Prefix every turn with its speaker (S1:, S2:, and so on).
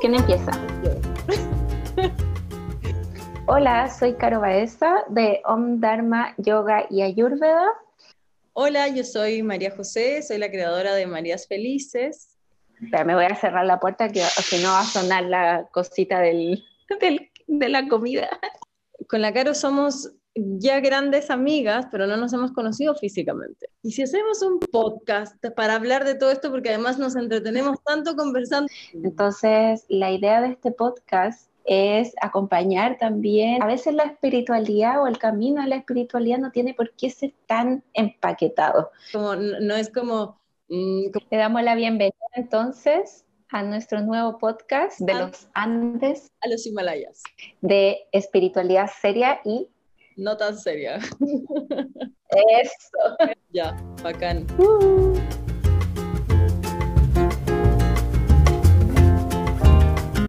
S1: ¿Quién empieza? Hola, soy Caro Baeza de Om Dharma Yoga y Ayurveda.
S2: Hola, yo soy María José, soy la creadora de Marías Felices.
S1: Espera, me voy a cerrar la puerta que o si no va a sonar la cosita del, del, de la comida.
S2: Con la Caro somos ya grandes amigas, pero no nos hemos conocido físicamente. Y si hacemos un podcast para hablar de todo esto, porque además nos entretenemos tanto conversando.
S1: Entonces, la idea de este podcast es acompañar también. A veces la espiritualidad o el camino a la espiritualidad no tiene por qué ser tan empaquetado.
S2: Como, no, no es como, mmm, como...
S1: Le damos la bienvenida entonces a nuestro nuevo podcast de Andes, los Andes.
S2: A los Himalayas.
S1: De espiritualidad seria y...
S2: No tan seria.
S1: Eso.
S2: Ya, bacán. Uh -huh.